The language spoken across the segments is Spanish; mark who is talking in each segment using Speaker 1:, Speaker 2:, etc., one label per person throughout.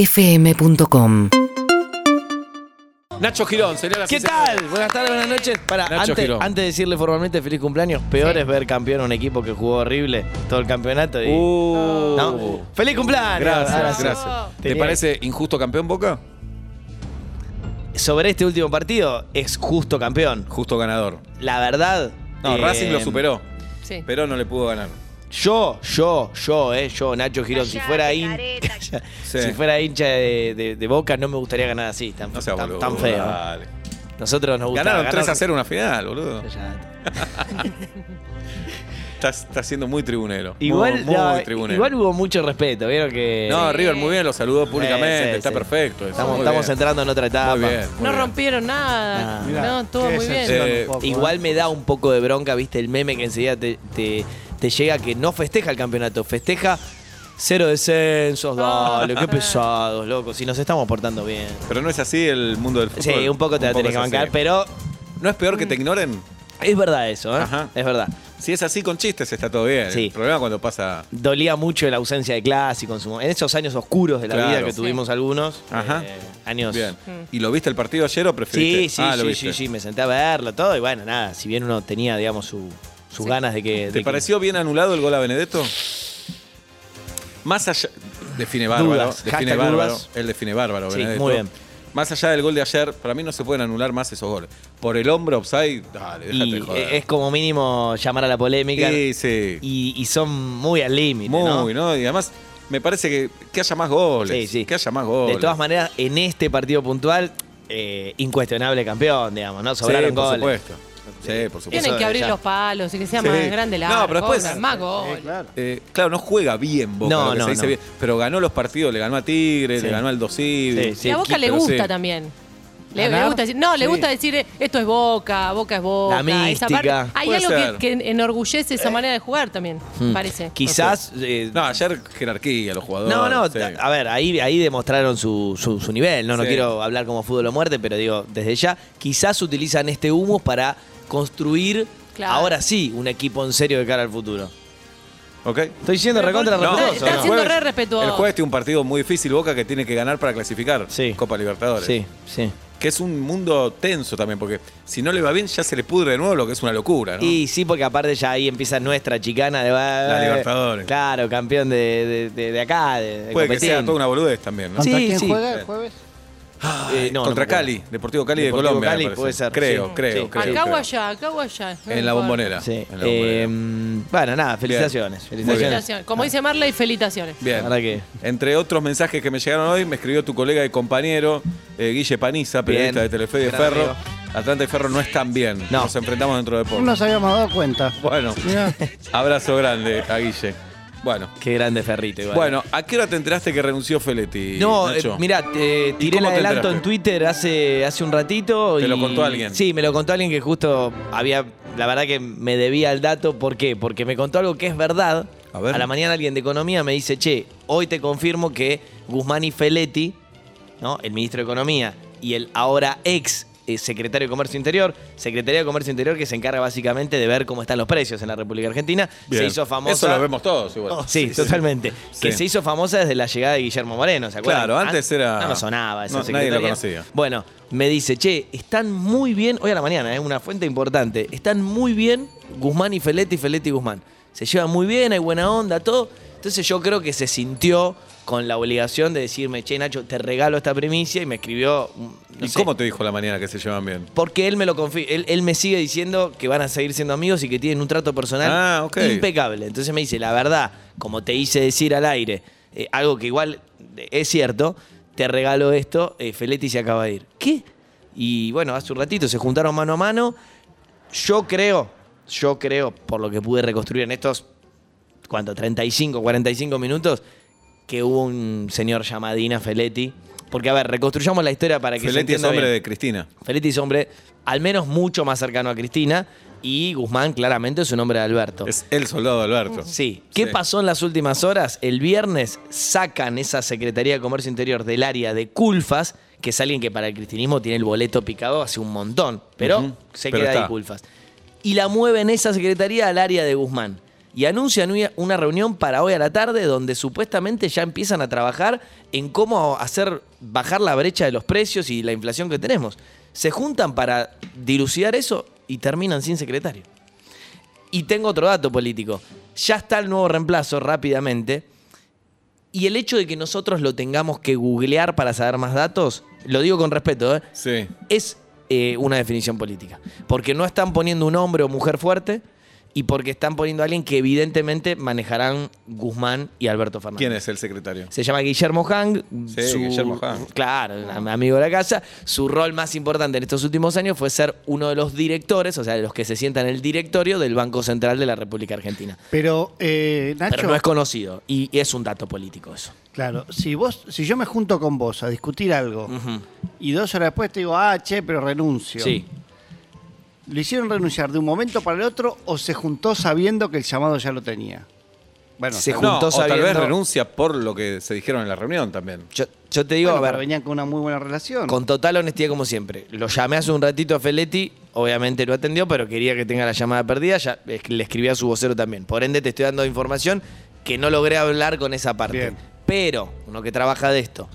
Speaker 1: urbanaplayfm.com
Speaker 2: Nacho Girón, señoras
Speaker 3: ¿Qué
Speaker 2: y señores.
Speaker 3: tal? Buenas tardes, buenas noches. Para,
Speaker 2: Nacho
Speaker 3: antes,
Speaker 2: Girón.
Speaker 3: antes de decirle formalmente feliz cumpleaños, peor es ver campeón a un equipo que jugó horrible todo el campeonato. Y,
Speaker 2: Uh,
Speaker 3: ¿no? ¡Feliz cumpleaños! Ahora
Speaker 2: Gracias,
Speaker 3: sí.
Speaker 2: gracias. ¿Te
Speaker 3: Tenía-
Speaker 2: parece injusto campeón Boca?
Speaker 3: Sobre este último partido, es justo campeón.
Speaker 2: Justo ganador.
Speaker 3: La verdad.
Speaker 2: No,
Speaker 3: eh,
Speaker 2: Racing lo superó,
Speaker 4: Sí.
Speaker 2: pero no le pudo ganar.
Speaker 3: Yo, yo, yo, eh, yo, Nacho Girón, si
Speaker 4: Callate,
Speaker 3: fuera, hin-
Speaker 4: careta.
Speaker 3: Calla-
Speaker 2: Sí.
Speaker 3: si fuera hincha de, de- de Boca, no me gustaría ganar así, tan,
Speaker 2: No sea
Speaker 3: tan-
Speaker 2: boludo.
Speaker 3: tan feo. ¿eh?
Speaker 2: dale.
Speaker 3: Nosotros nos gusta
Speaker 2: Ganaron
Speaker 3: ganar-
Speaker 2: 3 a 0 una final, boludo.
Speaker 3: Callate.
Speaker 2: Estás, estás siendo muy tribunero. Muy-
Speaker 3: Igual,
Speaker 2: muy,
Speaker 3: no,
Speaker 2: tribunero.
Speaker 3: igual hubo mucho respeto, vieron que...
Speaker 2: no, River muy bien, lo saludó públicamente,
Speaker 3: sí,
Speaker 2: está
Speaker 3: sí.
Speaker 2: perfecto. eso,
Speaker 3: Estamos,
Speaker 2: muy
Speaker 3: estamos
Speaker 2: bien.
Speaker 3: entrando en otra etapa.
Speaker 2: Muy bien. muy
Speaker 4: No
Speaker 2: bien.
Speaker 4: rompieron nada.
Speaker 3: Ah.
Speaker 4: no, estuvo muy bien.
Speaker 2: Eh,
Speaker 3: Igual me da un poco de bronca, viste, el meme que enseguida te, te- te llega que no festeja el campeonato, festeja cero descensos, dale, qué pesados, loco, si nos estamos portando bien.
Speaker 2: Pero no es así el mundo del fútbol.
Speaker 3: Sí, un poco te la
Speaker 2: es
Speaker 3: tenés que bancar, Mm.
Speaker 2: así.
Speaker 3: pero
Speaker 2: ¿No es peor que te ignoren?
Speaker 3: es verdad eso, ¿eh?
Speaker 2: Ajá.
Speaker 3: Es verdad.
Speaker 2: Si es así con chistes está todo bien.
Speaker 3: Sí.
Speaker 2: El problema es cuando pasa...
Speaker 3: Dolía mucho la ausencia de clásico en, su- en esos años oscuros de la
Speaker 2: Claro.
Speaker 3: vida que
Speaker 2: Sí.
Speaker 3: tuvimos algunos.
Speaker 2: Ajá.
Speaker 3: eh, años.
Speaker 2: Bien. ¿Y lo viste el partido ayer o preferiste?
Speaker 3: Sí, sí,
Speaker 2: Ah, lo
Speaker 3: sí,
Speaker 2: viste.
Speaker 3: sí, sí, me senté a verlo todo y bueno, nada, si bien uno tenía, digamos, su- sus ganas de que... de
Speaker 2: ¿Te
Speaker 3: que-
Speaker 2: pareció bien anulado el gol a Benedetto? Más allá. Define bárbaro.
Speaker 3: Dudas.
Speaker 2: Define
Speaker 3: Hashtag
Speaker 2: bárbaro.
Speaker 3: dudas.
Speaker 2: Él define bárbaro,
Speaker 3: Sí,
Speaker 2: Benedetto.
Speaker 3: muy bien.
Speaker 2: Más allá del gol de ayer, para mí no se pueden anular más esos goles. Por el hombro, offside, dale, déjate
Speaker 3: y
Speaker 2: de joder.
Speaker 3: es como mínimo llamar a la polémica
Speaker 2: sí, sí.
Speaker 3: y, y son muy al límite. ¿no?
Speaker 2: Muy, ¿no? Y además, me parece que, que haya más goles.
Speaker 3: Sí, sí.
Speaker 2: Que haya más goles.
Speaker 3: De todas maneras, en este partido puntual, eh, incuestionable campeón, digamos, ¿no?
Speaker 2: Sí,
Speaker 3: Sobraron
Speaker 2: por
Speaker 3: goles.
Speaker 2: supuesto. Sí, por supuesto.
Speaker 4: Tienen
Speaker 3: Eso
Speaker 4: que abrir
Speaker 3: ya.
Speaker 4: los palos y que sea
Speaker 2: Sí.
Speaker 4: más grande la.
Speaker 2: No, pero después-
Speaker 4: Más gol.
Speaker 2: Eh, claro, no juega bien Boca,
Speaker 3: No,
Speaker 2: lo que
Speaker 3: no,
Speaker 2: se dice
Speaker 3: no.
Speaker 2: bien, pero ganó los partidos, le ganó a Tigre,
Speaker 3: Sí.
Speaker 2: le ganó al Dosivi.
Speaker 3: Sí, sí.
Speaker 4: Y a Boca le
Speaker 2: Pero
Speaker 4: gusta
Speaker 2: sí.
Speaker 4: también. Le, le
Speaker 3: ¿Ganar?
Speaker 4: gusta decir, no, le
Speaker 3: Sí.
Speaker 4: gusta decir, eh, esto es Boca, Boca es Boca.
Speaker 3: La
Speaker 4: esa parte-
Speaker 3: mística.
Speaker 4: Hay
Speaker 2: Puede ser. Mm.
Speaker 4: algo que, que enorgullece esa manera de jugar también, parece.
Speaker 3: Quizás. eh,
Speaker 2: No, ayer jerarquía los jugadores.
Speaker 3: no, no,
Speaker 2: sí.
Speaker 3: a ver, ahí, ahí demostraron su, su- su nivel, ¿no? No
Speaker 2: Sí.
Speaker 3: quiero hablar como fútbol o muerte, pero digo, desde ya, quizás utilizan este humus para construir
Speaker 4: Claro.
Speaker 3: ahora sí un equipo en serio de cara al futuro.
Speaker 2: ¿Ok?
Speaker 3: Estoy siendo
Speaker 4: Pero
Speaker 3: recontra
Speaker 4: por- No,
Speaker 3: respetuoso.
Speaker 4: está
Speaker 2: el
Speaker 3: ¿no?
Speaker 4: siendo
Speaker 2: jueves-
Speaker 4: re respetuoso.
Speaker 2: El jueves tiene un partido muy difícil, Boca, que tiene que ganar para clasificar.
Speaker 3: Sí.
Speaker 2: Copa Libertadores.
Speaker 3: Sí, sí.
Speaker 2: Que es un mundo tenso también, porque si no le va bien, ya se le pudre de nuevo, lo que es una locura, ¿no?
Speaker 3: Y sí, porque aparte ya ahí empieza nuestra chicana de... La
Speaker 2: Libertadores.
Speaker 3: Claro, campeón de, de- de- de acá, de, de
Speaker 2: Puede que
Speaker 3: competir.
Speaker 2: sea toda una boludez también, ¿no? Ah,
Speaker 3: Sí,
Speaker 5: ¿Contra quién
Speaker 3: sí.
Speaker 5: juega el jueves?
Speaker 3: Eh, no, no
Speaker 2: Contra
Speaker 3: me acuerdo.
Speaker 2: Cali, Deportivo Cali de
Speaker 3: Deportivo
Speaker 2: Colombia. me
Speaker 3: Cali,
Speaker 2: parece.
Speaker 3: puede ser,
Speaker 2: Creo,
Speaker 3: sí.
Speaker 2: creo,
Speaker 3: Sí.
Speaker 2: creo.
Speaker 4: acá
Speaker 2: creo.
Speaker 4: o allá, acá o allá. no
Speaker 2: En la
Speaker 4: importa.
Speaker 2: bombonera.
Speaker 3: Sí.
Speaker 2: en la bombonera.
Speaker 3: eh, bueno, nada, felicitaciones.
Speaker 2: Bien.
Speaker 3: Felicitaciones.
Speaker 4: Felicitaciones. Como dice Marley, felicitaciones.
Speaker 2: Bien.
Speaker 3: La verdad que-
Speaker 2: Entre otros mensajes que me llegaron hoy, me escribió tu colega y compañero, eh, Guille Paniza, periodista
Speaker 3: Bien.
Speaker 2: de Telefe y de
Speaker 3: Gran
Speaker 2: Ferro.
Speaker 3: amigo.
Speaker 2: Atlanta y Ferro no están bien.
Speaker 3: No.
Speaker 2: Nos enfrentamos dentro de
Speaker 5: No
Speaker 2: poco.
Speaker 5: nos habíamos dado cuenta.
Speaker 2: Bueno,
Speaker 5: Mirá.
Speaker 2: abrazo grande a Guille. Bueno,
Speaker 3: Qué grande ferrito igual.
Speaker 2: bueno, ¿a qué hora te enteraste que renunció Feletti?
Speaker 3: No, eh,
Speaker 2: Nacho?
Speaker 3: mira, te- tiré el
Speaker 2: cómo te enteraste?
Speaker 3: adelanto en Twitter hace, hace un ratito.
Speaker 2: ¿Te
Speaker 3: y-
Speaker 2: lo contó alguien?
Speaker 3: Sí, me lo contó alguien que justo había. La verdad que me debía el dato. ¿Por qué? Porque me contó algo que es verdad.
Speaker 2: A ver.
Speaker 3: la mañana alguien de Economía me dice, che, hoy te confirmo que Guzmán y Feletti, ¿no? el ministro de Economía, y el ahora ex eh, secretario de Comercio Interior, Secretaría de Comercio Interior que se encarga básicamente de ver cómo están los precios en la República Argentina,
Speaker 2: Bien.
Speaker 3: se hizo famosa.
Speaker 2: Eso lo vemos todos igual.
Speaker 3: Oh, sí, totalmente. Que
Speaker 2: Sí.
Speaker 3: se hizo famosa desde la llegada de Guillermo Moreno, ¿se acuerdan?
Speaker 2: Claro, antes
Speaker 3: An-
Speaker 2: era-
Speaker 3: No, no sonaba esa
Speaker 2: No, nadie lo
Speaker 3: secretaría.
Speaker 2: conocía.
Speaker 3: Bueno, me dice, che, están muy bien, hoy a la mañana, es una fuente importante, están muy bien Guzmán y Feletti, Feletti y Guzmán. Se llevan muy bien, hay buena onda, todo. Entonces yo creo que se sintió con la obligación de decirme, che, Nacho, te regalo esta primicia y me escribió... mm, no
Speaker 2: ¿Y
Speaker 3: sé,
Speaker 2: cómo te dijo la mañana que se llevan bien?
Speaker 3: porque él me lo confi- él, él me sigue diciendo que van a seguir siendo amigos y que tienen un trato personal
Speaker 2: Ah, ok.
Speaker 3: impecable. Entonces me dice, la verdad, como te hice decir al aire, eh, algo que igual eh, es cierto, te regalo esto, eh, Feletti se acaba de ir. ¿Qué? Y bueno, hace un ratito se juntaron mano a mano. Yo creo, yo creo, por lo que pude reconstruir en estos, ¿cuánto? 35, 45 minutos, que hubo un señor llamadina Feletti. Porque, a ver, reconstruyamos la historia para que se
Speaker 2: Feletti es
Speaker 3: entienda
Speaker 2: hombre
Speaker 3: bien.
Speaker 2: de Cristina.
Speaker 3: Feletti es hombre al menos mucho más cercano a Cristina y Guzmán claramente es un hombre de Alberto.
Speaker 2: Es el soldado Alberto.
Speaker 3: Sí. ¿Qué
Speaker 2: Sí.
Speaker 3: pasó en las últimas horas? El viernes sacan esa Secretaría de Comercio Interior del área de Culfas, que es alguien que para el cristianismo tiene el boleto picado hace un montón, pero
Speaker 2: Ujú.
Speaker 3: se
Speaker 2: Pero
Speaker 3: queda
Speaker 2: está.
Speaker 3: de Culfas. Y la mueven esa secretaría al área de Guzmán. y anuncian una- una reunión para hoy a la tarde donde supuestamente ya empiezan a trabajar en cómo hacer bajar la brecha de los precios y la inflación que tenemos. Se juntan para dilucidar eso y terminan sin secretario. Y tengo otro dato político. Ya está el nuevo reemplazo rápidamente. Y el hecho de que nosotros lo tengamos que googlear para saber más datos, lo digo con respeto, ¿eh?
Speaker 2: Sí.
Speaker 3: es eh, una definición política. Porque no están poniendo un hombre o mujer fuerte y porque están poniendo a alguien que evidentemente manejarán Guzmán y Alberto Fernández.
Speaker 2: ¿Quién es el secretario?
Speaker 3: Se llama Guillermo Hang.
Speaker 2: Sí, Guillermo Hang.
Speaker 3: Claro, un amigo de la casa. Su rol más importante en estos últimos años fue ser uno de los directores, o sea, de los que se sientan en el directorio del Banco Central de la República Argentina.
Speaker 1: Pero, eh, Nacho,
Speaker 3: Pero no es conocido y, y es un dato político eso.
Speaker 1: claro, si vos, si yo me junto con vos a discutir algo y dos horas después te digo, ah, che, pero renuncio.
Speaker 3: Sí.
Speaker 1: ¿Lo hicieron renunciar de un momento para el otro o se juntó sabiendo que el llamado ya lo tenía? Bueno,
Speaker 3: Se
Speaker 1: está-
Speaker 3: juntó
Speaker 2: No, o tal
Speaker 3: sabiendo-
Speaker 2: vez renuncia por lo que se dijeron en la reunión también.
Speaker 3: Yo, yo te digo,
Speaker 1: bueno,
Speaker 3: a
Speaker 1: pero
Speaker 3: ver,
Speaker 1: venían con una muy buena relación.
Speaker 3: Con total honestidad, como siempre. Lo llamé hace un ratito a Feletti, obviamente lo atendió, pero quería que tenga la llamada perdida. Ya es- le escribí a su vocero también. Por ende, te estoy dando información que no logré hablar con esa parte.
Speaker 1: Bien.
Speaker 3: Pero, uno que trabaja de esto,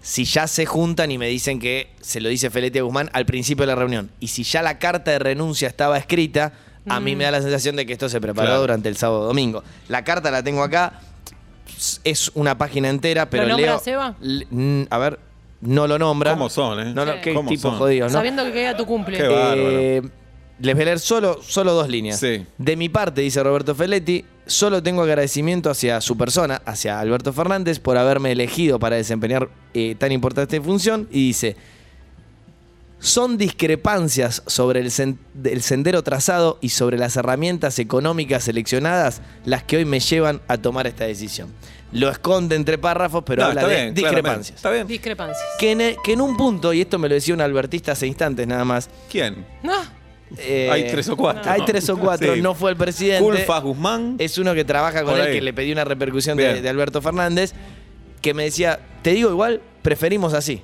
Speaker 3: si ya se juntan y me dicen que se lo dice Feletti a Guzmán al principio de la reunión, y si ya la carta de renuncia estaba escrita, a
Speaker 4: Mm.
Speaker 3: mí me da la sensación de que esto se preparó
Speaker 2: Claro.
Speaker 3: durante el sábado domingo. La carta la tengo acá. Es una página entera, pero
Speaker 4: nombra
Speaker 3: leo.
Speaker 4: Seba?
Speaker 3: Le- mm, a ver, no lo nombra.
Speaker 2: ¿Cómo son, eh?
Speaker 3: No, no,
Speaker 4: Sí.
Speaker 3: qué
Speaker 2: ¿Cómo
Speaker 3: tipo
Speaker 2: son?
Speaker 3: jodido, ¿no?
Speaker 4: Sabiendo que queda tu cumple.
Speaker 2: Qué va-
Speaker 3: Eh, les voy a leer solo, solo dos líneas.
Speaker 2: Sí.
Speaker 3: De mi parte, dice Roberto Feletti, solo tengo agradecimiento hacia su persona, hacia Alberto Fernández, por haberme elegido para desempeñar eh, tan importante función. Y dice, son discrepancias sobre el, sen- el sendero trazado y sobre las herramientas económicas seleccionadas las que hoy me llevan a tomar esta decisión. Lo esconde entre párrafos, pero
Speaker 2: No,
Speaker 3: habla
Speaker 2: está
Speaker 3: de
Speaker 2: bien, claramente.
Speaker 3: discrepancias.
Speaker 2: Está bien.
Speaker 4: Discrepancias.
Speaker 3: Que en, que en un punto, y esto me lo decía un albertista hace instantes nada más,
Speaker 2: ¿Quién?
Speaker 4: No.
Speaker 3: eh,
Speaker 2: Hay tres o cuatro.
Speaker 3: Hay tres o cuatro.
Speaker 2: Sí.
Speaker 3: No fue el presidente.
Speaker 2: Culfas Guzmán.
Speaker 3: Es uno que trabaja con
Speaker 2: Por
Speaker 3: él,
Speaker 2: ahí.
Speaker 3: que le pedí una repercusión de,
Speaker 2: Bien.
Speaker 3: de Alberto Fernández, que me decía, te digo igual, preferimos así.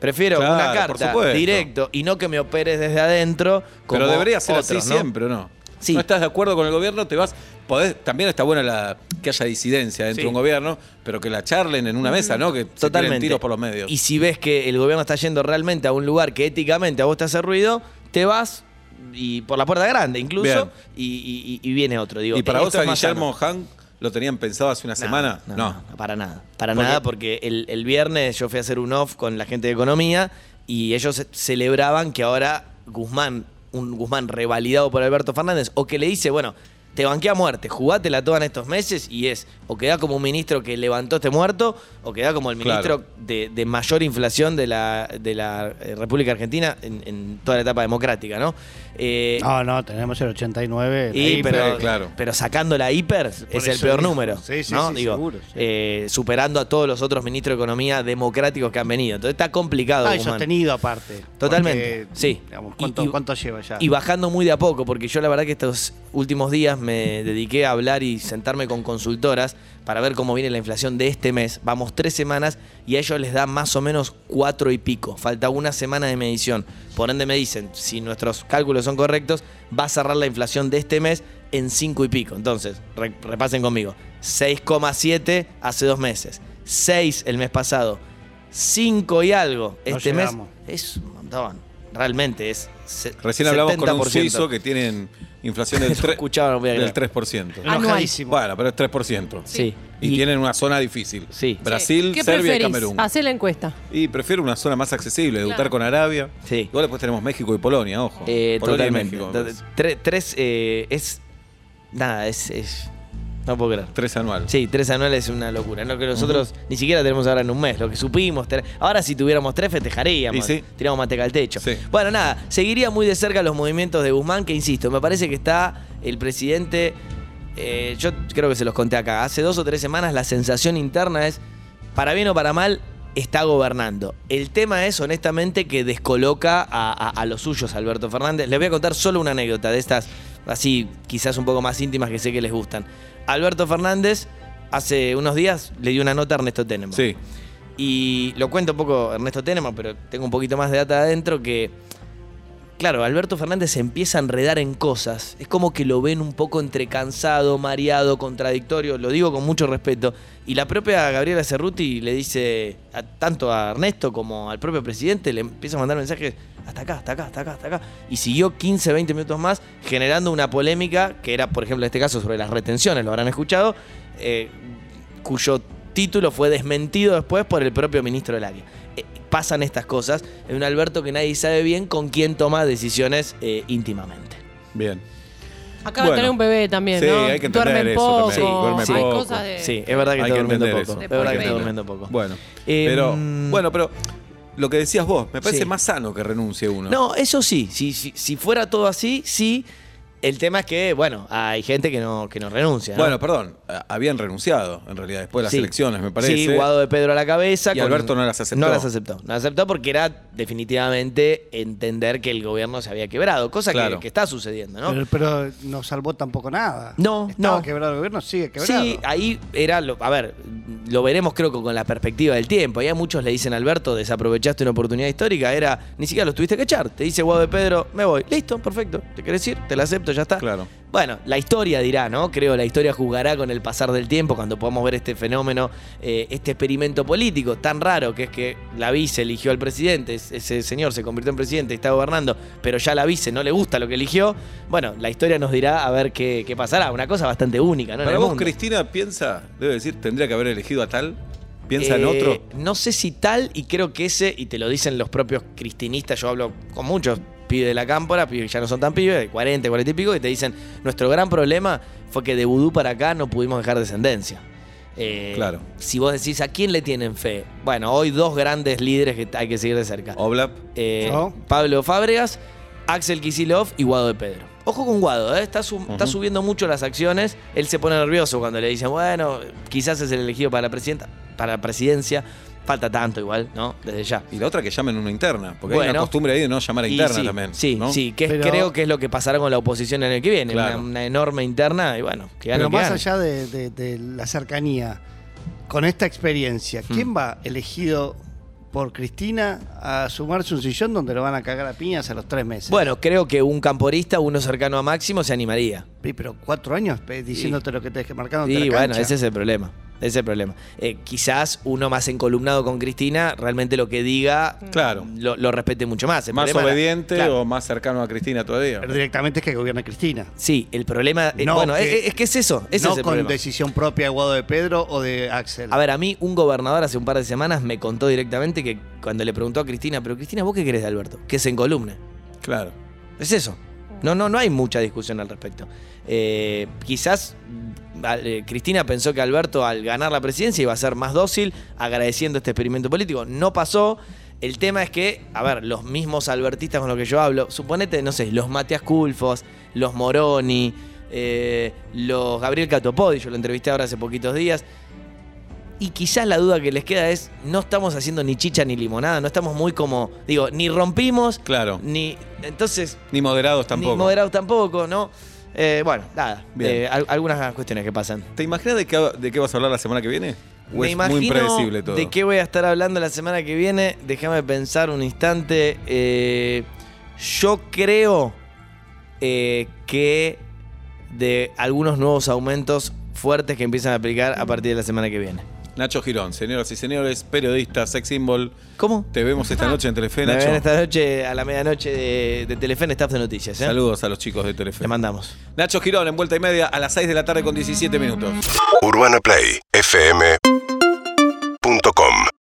Speaker 3: Prefiero
Speaker 2: Claro,
Speaker 3: una
Speaker 2: por
Speaker 3: carta
Speaker 2: supuesto.
Speaker 3: directo y no que me operes desde adentro. Como
Speaker 2: Pero debería ser
Speaker 3: otros,
Speaker 2: así
Speaker 3: ¿no?
Speaker 2: siempre, ¿o no?
Speaker 3: Sí.
Speaker 2: No estás de acuerdo con el gobierno, te vas. Podés, también está buena la, que haya disidencia dentro
Speaker 3: Sí. Mm,
Speaker 2: de un gobierno, pero que la charlen en una mesa, ¿no? Que se tiren
Speaker 3: Totalmente.
Speaker 2: tiros por los medios.
Speaker 3: Y si ves que el gobierno está yendo realmente a un lugar que éticamente a vos te hace ruido, te vas y por la puerta grande incluso
Speaker 2: Bien.
Speaker 3: y, y- y viene otro. Digo,
Speaker 2: ¿Y para
Speaker 3: esto
Speaker 2: vos
Speaker 3: es
Speaker 2: a
Speaker 3: más sano.
Speaker 2: Guillermo Han lo tenían pensado hace una semana?
Speaker 3: No,
Speaker 2: No.
Speaker 3: no, para nada. Para
Speaker 2: Porque-
Speaker 3: nada, porque el, el viernes yo fui a hacer un off con la gente de economía y ellos ce- celebraban que ahora Guzmán, un Guzmán revalidado por Alberto Fernández, o que le dice, bueno, te banqué a muerte, jugátela toda en estos meses y es, o queda como un ministro que levantó este muerto, o queda como el ministro
Speaker 2: Claro.
Speaker 3: de, de mayor inflación de la, de la eh, República Argentina en, en toda la etapa democrática, ¿no? Eh,
Speaker 1: No, no, tenemos el 89.
Speaker 3: y,
Speaker 1: ahí,
Speaker 3: pero,
Speaker 2: eh, claro.
Speaker 3: pero sacando la hiper es el
Speaker 1: eso
Speaker 3: peor
Speaker 1: digo.
Speaker 3: número.
Speaker 1: Sí, sí,
Speaker 3: ¿no?
Speaker 1: sí,
Speaker 3: Digo,
Speaker 1: seguro, sí.
Speaker 3: eh, superando a todos los otros ministros de Economía democráticos que han venido. Entonces está complicado.
Speaker 1: Ah, y
Speaker 3: Guzmán.
Speaker 1: sostenido aparte.
Speaker 3: Totalmente,
Speaker 1: Porque,
Speaker 3: sí.
Speaker 1: digamos,
Speaker 3: Y-
Speaker 1: ¿cuánto,
Speaker 3: y-
Speaker 1: cuánto lleva ya?
Speaker 3: Y bajando muy de a poco, porque yo la verdad que estos últimos días me dediqué a hablar y sentarme con consultoras para ver cómo viene la inflación de este mes. Vamos tres semanas y a ellos les da más o menos cuatro y pico. Falta una semana de medición. Por ende me dicen, si nuestros cálculos son correctos, va a cerrar la inflación de este mes en cinco y pico. Entonces, re- repasen conmigo. 6,7 hace dos meses. 6 el mes pasado. 5 y algo
Speaker 1: No
Speaker 3: este mes.
Speaker 1: llegamos.
Speaker 3: Es un montón. Realmente es. se-
Speaker 2: Recién hablamos con un
Speaker 3: 70%.
Speaker 2: suizo que tienen inflación del,
Speaker 3: Lo
Speaker 2: tre-
Speaker 3: escuchaba, no voy a
Speaker 2: del
Speaker 3: creer.
Speaker 2: 3%.
Speaker 1: Enojadísimo.
Speaker 2: Bueno, pero es 3%.
Speaker 3: Sí.
Speaker 2: Y, tienen una zona difícil.
Speaker 3: Sí.
Speaker 2: Brasil,
Speaker 4: ¿Qué
Speaker 2: Serbia y
Speaker 4: preferís?
Speaker 2: Camerún.
Speaker 4: Hacé la encuesta.
Speaker 2: Y prefiero una zona más accesible, debutar
Speaker 4: Claro.
Speaker 2: con Arabia.
Speaker 3: Sí.
Speaker 2: Igual después tenemos México y Polonia, ojo.
Speaker 3: Eh,
Speaker 2: Polonia y
Speaker 3: totalmente.
Speaker 2: México. me parece.
Speaker 3: Tre- Tres, eh, es. Nada, es, es- No puedo creer.
Speaker 2: Tres anual.
Speaker 3: Sí, tres anuales es una locura. Lo que nosotros ni siquiera tenemos ahora en un mes. Lo que supimos. tener- Ahora, si tuviéramos tres, festejaríamos.
Speaker 2: Y sí.
Speaker 3: Tiramos manteca al techo.
Speaker 2: Sí.
Speaker 3: Bueno, nada, seguiría muy de cerca los movimientos de Guzmán, que insisto, me parece que está el presidente. eh, yo creo que se los conté acá. Hace dos o tres semanas la sensación interna es, para bien o para mal, está gobernando. El tema es, honestamente, que descoloca a, a- a los suyos, Alberto Fernández. Les voy a contar solo una anécdota de estas, así, quizás un poco más íntimas que sé que les gustan. Alberto Fernández, hace unos días, le dio una nota a Ernesto Tenenbaum.
Speaker 2: Sí.
Speaker 3: Y lo cuento un poco Ernesto Tenema, pero tengo un poquito más de data adentro que claro, Alberto Fernández se empieza a enredar en cosas. Es como que lo ven un poco entre cansado, mareado, contradictorio. Lo digo con mucho respeto. Y la propia Gabriela Cerruti le dice, a- tanto a Ernesto como al propio presidente, le empieza a mandar mensajes hasta acá, hasta acá, hasta acá, hasta acá. Y siguió 15, 20 minutos más generando una polémica que era, por ejemplo, en este caso sobre las retenciones, lo habrán escuchado, eh, cuyo título fue desmentido después por el propio ministro del área. Eh, pasan estas cosas en un Alberto que nadie sabe bien con quién toma decisiones eh, íntimamente.
Speaker 2: Bien.
Speaker 4: Acaba de tener
Speaker 2: Bueno.
Speaker 4: un bebé también,
Speaker 2: Sí,
Speaker 4: ¿no?
Speaker 2: hay que
Speaker 4: duerme
Speaker 2: entender eso
Speaker 4: poco.
Speaker 2: también, duerme
Speaker 4: hay
Speaker 2: poco.
Speaker 4: cosas de...
Speaker 3: Sí, es verdad que
Speaker 2: Hay
Speaker 3: está
Speaker 2: que
Speaker 3: durmiendo
Speaker 2: entender
Speaker 3: poco.
Speaker 2: eso.
Speaker 3: Es verdad que está
Speaker 4: Después.
Speaker 3: durmiendo poco.
Speaker 2: Bueno.
Speaker 3: Eh,
Speaker 2: pero,
Speaker 3: mm.
Speaker 2: bueno, pero lo que decías vos, me parece
Speaker 3: Sí.
Speaker 2: más sano que renuncie uno.
Speaker 3: No, eso sí, si, si, si fuera todo así, sí. El tema es que, bueno, hay gente que no, que no renuncia. ¿no?
Speaker 2: Bueno, perdón, a- habían renunciado en realidad después de las
Speaker 3: Sí.
Speaker 2: elecciones, me parece.
Speaker 3: Sí, Guado de Pedro a la cabeza.
Speaker 2: Y Alberto no las aceptó.
Speaker 3: No las aceptó. No las aceptó porque era definitivamente entender que el gobierno se había quebrado, cosa que-
Speaker 2: Claro.
Speaker 3: que, está sucediendo, ¿no?
Speaker 1: Pero, pero no salvó tampoco nada.
Speaker 3: No,
Speaker 1: Estaba
Speaker 3: no.
Speaker 1: quebrado el gobierno, sigue quebrado.
Speaker 3: Sí, ah, ahí era, lo, a ver, lo veremos creo que con la perspectiva del tiempo. Ahí a muchos le dicen, Alberto, desaprovechaste una oportunidad histórica, era, ni siquiera los tuviste que echar. Te dice Guado de Pedro, me voy. Listo, perfecto. ¿Te querés ir? Te la acepto, ya está.
Speaker 2: Claro.
Speaker 3: Bueno, la historia dirá, ¿no? Creo la historia jugará con el pasar del tiempo cuando podamos ver este fenómeno, eh, este experimento político tan raro que es que la vice eligió al presidente, es- ese señor se convirtió en presidente y está gobernando, pero ya la vice no le gusta lo que eligió. Bueno, la historia nos dirá a ver qué, qué pasará. Una cosa bastante única, ¿no? En
Speaker 2: Para
Speaker 3: el
Speaker 2: vos,
Speaker 3: mundo.
Speaker 2: Cristina, piensa, debe decir, tendría que haber elegido a tal, piensa en
Speaker 3: Eh,
Speaker 2: otro.
Speaker 3: No sé si tal, y creo que ese, y te lo dicen los propios cristinistas, yo hablo con muchos pibes de la cámpora, pibes que ya no son tan pibes, de 40, 40 y pico, y te dicen, nuestro gran problema fue que de vudú para acá no pudimos dejar descendencia. Eh,
Speaker 2: Claro.
Speaker 3: Si vos decís, ¿a quién le tienen fe? Bueno, hoy dos grandes líderes que hay que seguir de cerca.
Speaker 2: Oblap.
Speaker 3: Eh,
Speaker 1: No.
Speaker 3: Pablo Fábregas, Axel Kisilov y Guado de Pedro. Ojo con Guado, ¿eh? está, su- está subiendo mucho las acciones. Él se pone nervioso cuando le dicen, bueno, quizás es el elegido para la, presidenta, para la presidencia. Falta tanto igual, ¿no? Desde ya.
Speaker 2: Y la otra que llamen una interna, porque hay una
Speaker 3: Bueno.
Speaker 2: costumbre ahí de no llamar a
Speaker 3: Y
Speaker 2: interna
Speaker 3: sí,
Speaker 2: también.
Speaker 3: Sí,
Speaker 2: ¿no?
Speaker 3: sí, que es-
Speaker 1: Pero-
Speaker 3: creo que es lo que pasará con la oposición en el año que viene.
Speaker 2: Claro.
Speaker 3: Una, una enorme interna y bueno, que gane
Speaker 1: Pero
Speaker 3: el que
Speaker 1: más
Speaker 3: gane.
Speaker 1: allá de, de- de la cercanía, con esta experiencia,
Speaker 3: Hmm.
Speaker 1: ¿quién va elegido por Cristina a sumarse un sillón donde lo van a cagar a piñas a los tres meses?
Speaker 3: Bueno, creo que un camporista, uno cercano a Máximo, se animaría.
Speaker 1: Sí, Pero cuatro años pe, diciéndote lo que te dejé marcando.
Speaker 3: Sí,
Speaker 1: la
Speaker 3: bueno,
Speaker 1: cancha.
Speaker 3: ese es el problema. Ese es el problema. Eh, quizás uno más encolumnado con Cristina, realmente lo que diga
Speaker 2: Mm.
Speaker 3: mm,
Speaker 2: Claro.
Speaker 3: lo, lo respete mucho más. El
Speaker 2: Más
Speaker 3: problema era-
Speaker 2: obediente
Speaker 3: claro.
Speaker 2: o más cercano a Cristina todavía.
Speaker 1: Pero directamente es que gobierna Cristina.
Speaker 3: Sí, el problema. eh,
Speaker 1: No,
Speaker 3: bueno,
Speaker 1: que-
Speaker 3: eh, eh, es, que es eso. Ese
Speaker 1: no
Speaker 3: es el
Speaker 1: con
Speaker 3: problema.
Speaker 1: decisión propia de Guado de Pedro o de Axel.
Speaker 3: A ver, a mí un gobernador hace un par de semanas me contó directamente que cuando le preguntó a Cristina, pero Cristina, ¿vos qué querés de Alberto? Que se encolumne.
Speaker 2: Claro.
Speaker 3: Es eso. No, no, no hay mucha discusión al respecto. Eh, quizás mm, al- eh, Cristina pensó que Alberto al ganar la presidencia iba a ser más dócil agradeciendo este experimento político. No pasó. El tema es que, a ver, los mismos albertistas con los que yo hablo, suponete, no sé, los Matías Culfos, los Moroni, eh, los Gabriel Catopodi, yo lo entrevisté ahora hace poquitos días, y quizás la duda que les queda es, no estamos haciendo ni chicha ni limonada, no estamos muy como, digo, ni rompimos,
Speaker 2: Claro.
Speaker 3: ni... Entonces,
Speaker 2: Ni moderados tampoco.
Speaker 3: ni moderados tampoco, ¿no? Eh, bueno, nada.
Speaker 2: Bien.
Speaker 3: Eh, al- algunas cuestiones que pasan.
Speaker 2: ¿Te imaginas de qué, de qué vas a hablar la semana que viene? ¿O
Speaker 3: Me
Speaker 2: es
Speaker 3: imagino
Speaker 2: Pues muy impredecible todo.
Speaker 3: de qué voy a estar hablando la semana que viene. Déjame pensar un instante. Eh, yo creo eh, que de algunos nuevos aumentos fuertes que empiezan a aplicar a partir de la semana que viene.
Speaker 2: Nacho Girón, señoras y señores, periodista, sex symbol.
Speaker 3: ¿Cómo?
Speaker 2: Te vemos esta noche en Telefe,
Speaker 3: Ah, Me
Speaker 2: Nacho.
Speaker 3: ven esta noche a la medianoche de, de Telefe en Staff de Noticias. ¿eh?
Speaker 2: Saludos a los chicos de Telefe.
Speaker 3: Te mandamos.
Speaker 2: Nacho Girón, en vuelta y media a las 6 de la tarde con 17 minutos.
Speaker 5: UrbanaPlayFM.com